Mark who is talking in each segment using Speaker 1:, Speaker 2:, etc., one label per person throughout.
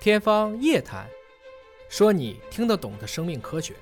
Speaker 1: 天方夜谭，说你听得懂的生命科学。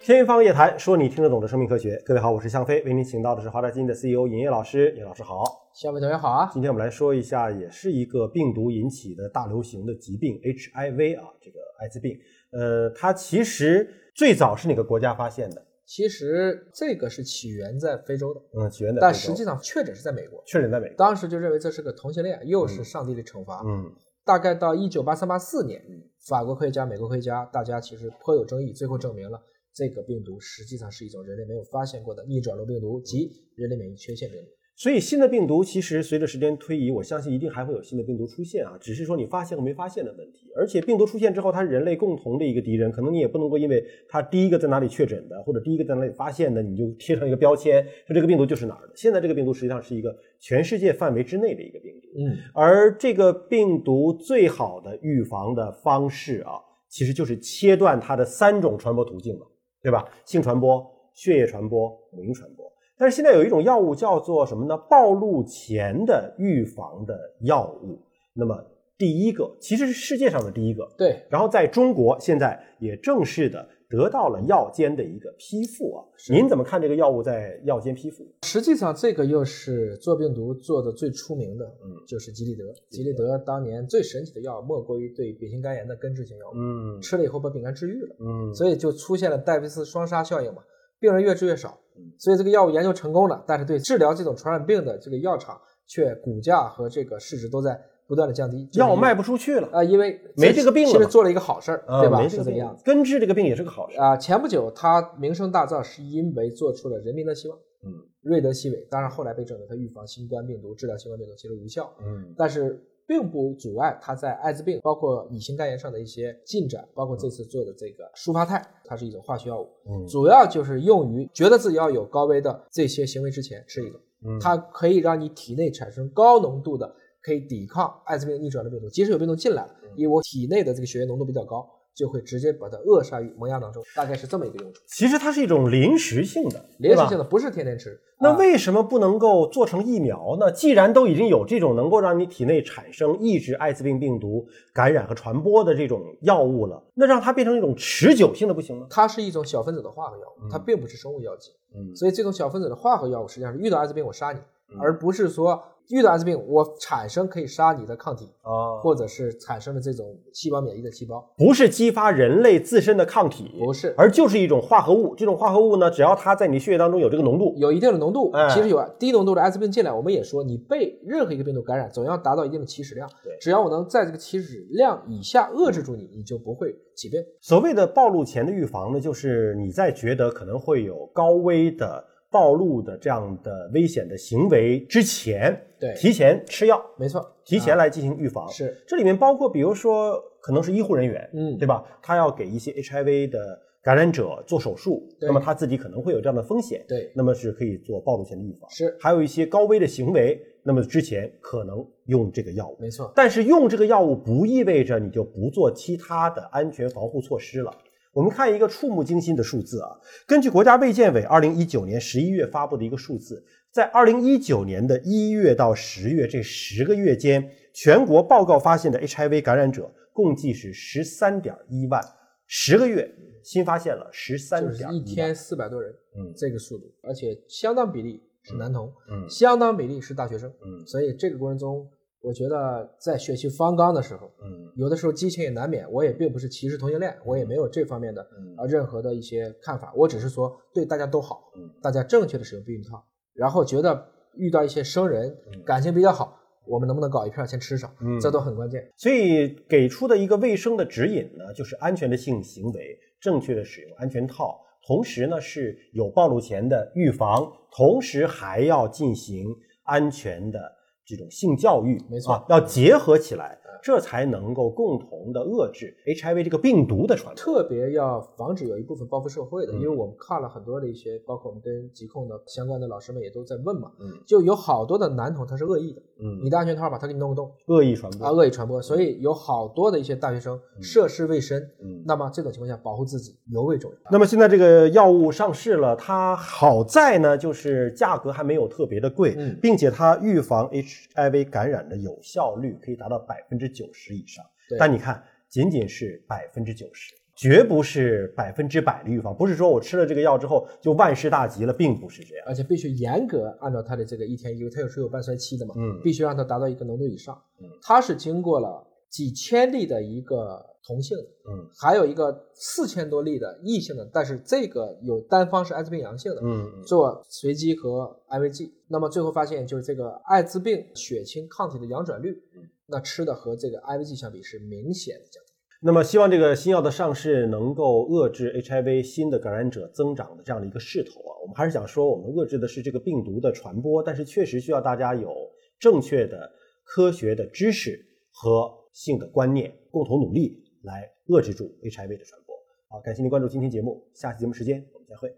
Speaker 2: 天方夜谭，说你听得懂的生命科学。各位好，我是向飞，为您请到的是华大基因的 CEO 尹烨老师。尹老师好，
Speaker 3: 小伟同学好啊！
Speaker 2: 今天我们来说一下，也是一个病毒引起的大流行的疾病 HIV 啊，这个艾滋病。呃，它其实最早是哪个国家发现的？
Speaker 3: 其实这个是起源在非洲的，
Speaker 2: 嗯，起源在
Speaker 3: 但
Speaker 2: 非洲
Speaker 3: 实际上确诊是在美国。
Speaker 2: 确诊在美国。
Speaker 3: 当时就认为这是个同性恋，又是上帝的惩罚。
Speaker 2: 嗯
Speaker 3: 大概到一九八三八四年，法国科学家、美国科学家，大家其实颇有争议，最后证明了这个病毒实际上是一种人类没有发现过的逆转录病毒及人类免疫缺陷病毒。
Speaker 2: 所以新的病毒其实随着时间推移，我相信一定还会有新的病毒出现啊，只是说你发现和没发现的问题。而且病毒出现之后，它是人类共同的一个敌人，可能你也不能够因为它第一个在哪里确诊的，或者第一个在哪里发现的，你就贴上一个标签，说这个病毒就是哪儿的。现在这个病毒实际上是一个全世界范围之内的一个病毒，
Speaker 3: 嗯，
Speaker 2: 而这个病毒最好的预防的方式啊，其实就是切断它的三种传播途径嘛，对吧？性传播、血液传播、母婴传播。但是现在有一种药物叫做什么呢？暴露前的预防的药物。那么第一个其实是世界上的第一个，
Speaker 3: 对，
Speaker 2: 然后在中国现在也正式的得到了药监的一个批复啊。您怎么看这个药物在药监批复？
Speaker 3: 实际上这个又是做病毒做的最出名的，
Speaker 2: 嗯
Speaker 3: 就是吉利德。吉利德当年最神奇的药，莫过于对丙型肝炎的根治性药物，
Speaker 2: 嗯
Speaker 3: 吃了以后把丙肝治愈了。
Speaker 2: 嗯
Speaker 3: 所以就出现了戴维斯双杀效应嘛，病人越治越少
Speaker 2: 嗯。
Speaker 3: 所以这个药物研究成功了，但是对治疗这种传染病的这个药厂却股价和这个市值都在不断的降低。
Speaker 2: 药卖
Speaker 3: 啊、
Speaker 2: 不出去了。
Speaker 3: 因为
Speaker 2: 没这个病了
Speaker 3: 其
Speaker 2: 嘛
Speaker 3: 实做了一个好事儿，
Speaker 2: 啊
Speaker 3: 对吧？
Speaker 2: 没
Speaker 3: 是
Speaker 2: 这个
Speaker 3: 这个
Speaker 2: 病
Speaker 3: 样子。
Speaker 2: 根治这个病也是个好事。
Speaker 3: 啊、前不久他名声大噪，是因为做出了人民的希望，
Speaker 2: 嗯
Speaker 3: 瑞德西韦。当然后来被证明它预防新冠病毒、治疗新冠病毒其实无效，
Speaker 2: 嗯
Speaker 3: 但是并不阻碍它在艾滋病、包括乙型肝炎上的一些进展，包括这次做的这个舒发肽，它是一种化学药物。
Speaker 2: 嗯
Speaker 3: 主要就是用于觉得自己要有高危的这些行为之前吃一个，
Speaker 2: 嗯
Speaker 3: 它可以让你体内产生高浓度的可以抵抗艾滋病逆转的病毒，即使有病毒进来了
Speaker 2: 嗯，
Speaker 3: 因为我体内的这个血液浓度比较高，就会直接把它扼杀于萌芽当中，大概是这么一个用处。
Speaker 2: 其实它是一种临时性的，
Speaker 3: 临时
Speaker 2: 对
Speaker 3: 性
Speaker 2: 吧。
Speaker 3: 的不是天天吃，
Speaker 2: 那
Speaker 3: 啊
Speaker 2: 为什么不能够做成疫苗呢？既然都已经有这种能够让你体内产生抑制艾滋病病毒感染和传播的这种药物了，那让它变成一种持久性的不行吗？
Speaker 3: 它是一种小分子的化合药
Speaker 2: 嗯
Speaker 3: 物，它并不是生物药剂，
Speaker 2: 嗯
Speaker 3: 所以这种小分子的化合药物实际上是遇到艾滋病我杀你
Speaker 2: 嗯，
Speaker 3: 而不是说遇到艾滋病我产生可以杀你的抗体，
Speaker 2: 啊，
Speaker 3: 或者是产生的这种细胞免疫的细胞，
Speaker 2: 不是激发人类自身的抗体，
Speaker 3: 不是。
Speaker 2: 而就是一种化合物。这种化合物呢，只要它在你血液当中有这个浓度，
Speaker 3: 有一定的浓度
Speaker 2: 哎，
Speaker 3: 其实有低浓度的艾滋病进来，我们也说，你被任何一个病毒感染，总要达到一定的起始量
Speaker 2: 对。嗯
Speaker 3: 只要我能在这个起始量以下遏制住你，你就不会起病。
Speaker 2: 所谓的暴露前的预防呢，就是你在觉得可能会有高危的暴露的这样的危险的行为之前，
Speaker 3: 对，
Speaker 2: 提前吃药，
Speaker 3: 没错，
Speaker 2: 提前
Speaker 3: 啊
Speaker 2: 来进行预防。
Speaker 3: 是，
Speaker 2: 这里面包括比如说可能是医护人员，
Speaker 3: 嗯
Speaker 2: 对，吧？他要给一些 HIV 的感染者做手术，
Speaker 3: 对
Speaker 2: 那么他自己可能会有这样的风险，
Speaker 3: 对，
Speaker 2: 那么是可以做暴露前的预防。
Speaker 3: 是
Speaker 2: 还有一些高危的行为，那么之前可能用这个药物。
Speaker 3: 没错，
Speaker 2: 但是用这个药物不意味着你就不做其他的安全防护措施了。我们看一个触目惊心的数字啊，根据国家卫健委二零一九年十一月发布的一个数字，在二零一九年的一月到十月这十个月间，全国报告发现的 HIV 感染者共计是十三点一万，十个月新发现了十三
Speaker 3: 就是
Speaker 2: 点
Speaker 3: 一
Speaker 2: 万，
Speaker 3: 天四百多人，
Speaker 2: 嗯
Speaker 3: 这个速度，而且相当比例是男童，
Speaker 2: 嗯
Speaker 3: 相当比例是大学生，
Speaker 2: 嗯
Speaker 3: 所以这个过程中，我觉得在学习方纲的时候，
Speaker 2: 嗯
Speaker 3: 有的时候激情也难免，我也并不是歧视同性恋，我也没有这方面的
Speaker 2: 嗯
Speaker 3: 啊任何的一些看法，我只是说对大家都好
Speaker 2: 嗯，
Speaker 3: 大家正确的使用避孕套，然后觉得遇到一些生人
Speaker 2: 嗯
Speaker 3: 感情比较好，我们能不能搞一片儿先吃上，
Speaker 2: 嗯
Speaker 3: 这都很关键。
Speaker 2: 所以给出的一个卫生的指引呢，就是安全的性行为，正确的使用安全套，同时呢是有暴露前的预防，同时还要进行安全的这种性教育，
Speaker 3: 没错
Speaker 2: 啊，要结合起来，这才能够共同的遏制 HIV 这个病毒的传播。
Speaker 3: 特别要防止有一部分报复社会的，因
Speaker 2: 嗯
Speaker 3: 为我们看了很多的一些，包括我们跟疾控的相关的老师们也都在问嘛，
Speaker 2: 嗯
Speaker 3: 就有好多的男童他是恶意的，你
Speaker 2: 嗯，
Speaker 3: 的安全套吧，他给你弄个洞
Speaker 2: 恶意传播，
Speaker 3: 啊，恶意传播，所以有好多的一些大学生
Speaker 2: 嗯
Speaker 3: 涉世未深，
Speaker 2: 嗯。
Speaker 3: 那么这种情况下保护自己尤为重要。
Speaker 2: 那么现在这个药物上市了，它好在呢，就是价格还没有特别的贵，
Speaker 3: 嗯
Speaker 2: 并且它预防 HIV 感染的有效率可以达到百分之九十以上。
Speaker 3: 对
Speaker 2: 但你看，仅仅是百分之九十，绝不是百分之百的预防。不是说我吃了这个药之后就万事大吉了，并不是这样。
Speaker 3: 而且必须严格按照它的这个一天一个，它有是有半衰期的嘛，
Speaker 2: 嗯
Speaker 3: 必须让它达到一个浓度以上
Speaker 2: 嗯。
Speaker 3: 它是经过了几千例的一个同性，
Speaker 2: 嗯
Speaker 3: 还有一个四千多例的异性的，但是这个有单方是艾滋病阳性的，
Speaker 2: 嗯嗯
Speaker 3: 做随机和安慰剂，那么最后发现就是这个艾滋病血清抗体的阳转率
Speaker 2: 嗯，
Speaker 3: 那吃的和这个安慰剂相比是明显的降低。
Speaker 2: 那么，希望这个新药的上市能够遏制 HIV 新的感染者增长的这样的一个势头啊。我们还是想说，我们遏制的是这个病毒的传播，但是确实需要大家有正确的科学的知识和性的观念，共同努力来遏制住 HIV 的传播。好，感谢您关注今天节目，下期节目时间我们再会。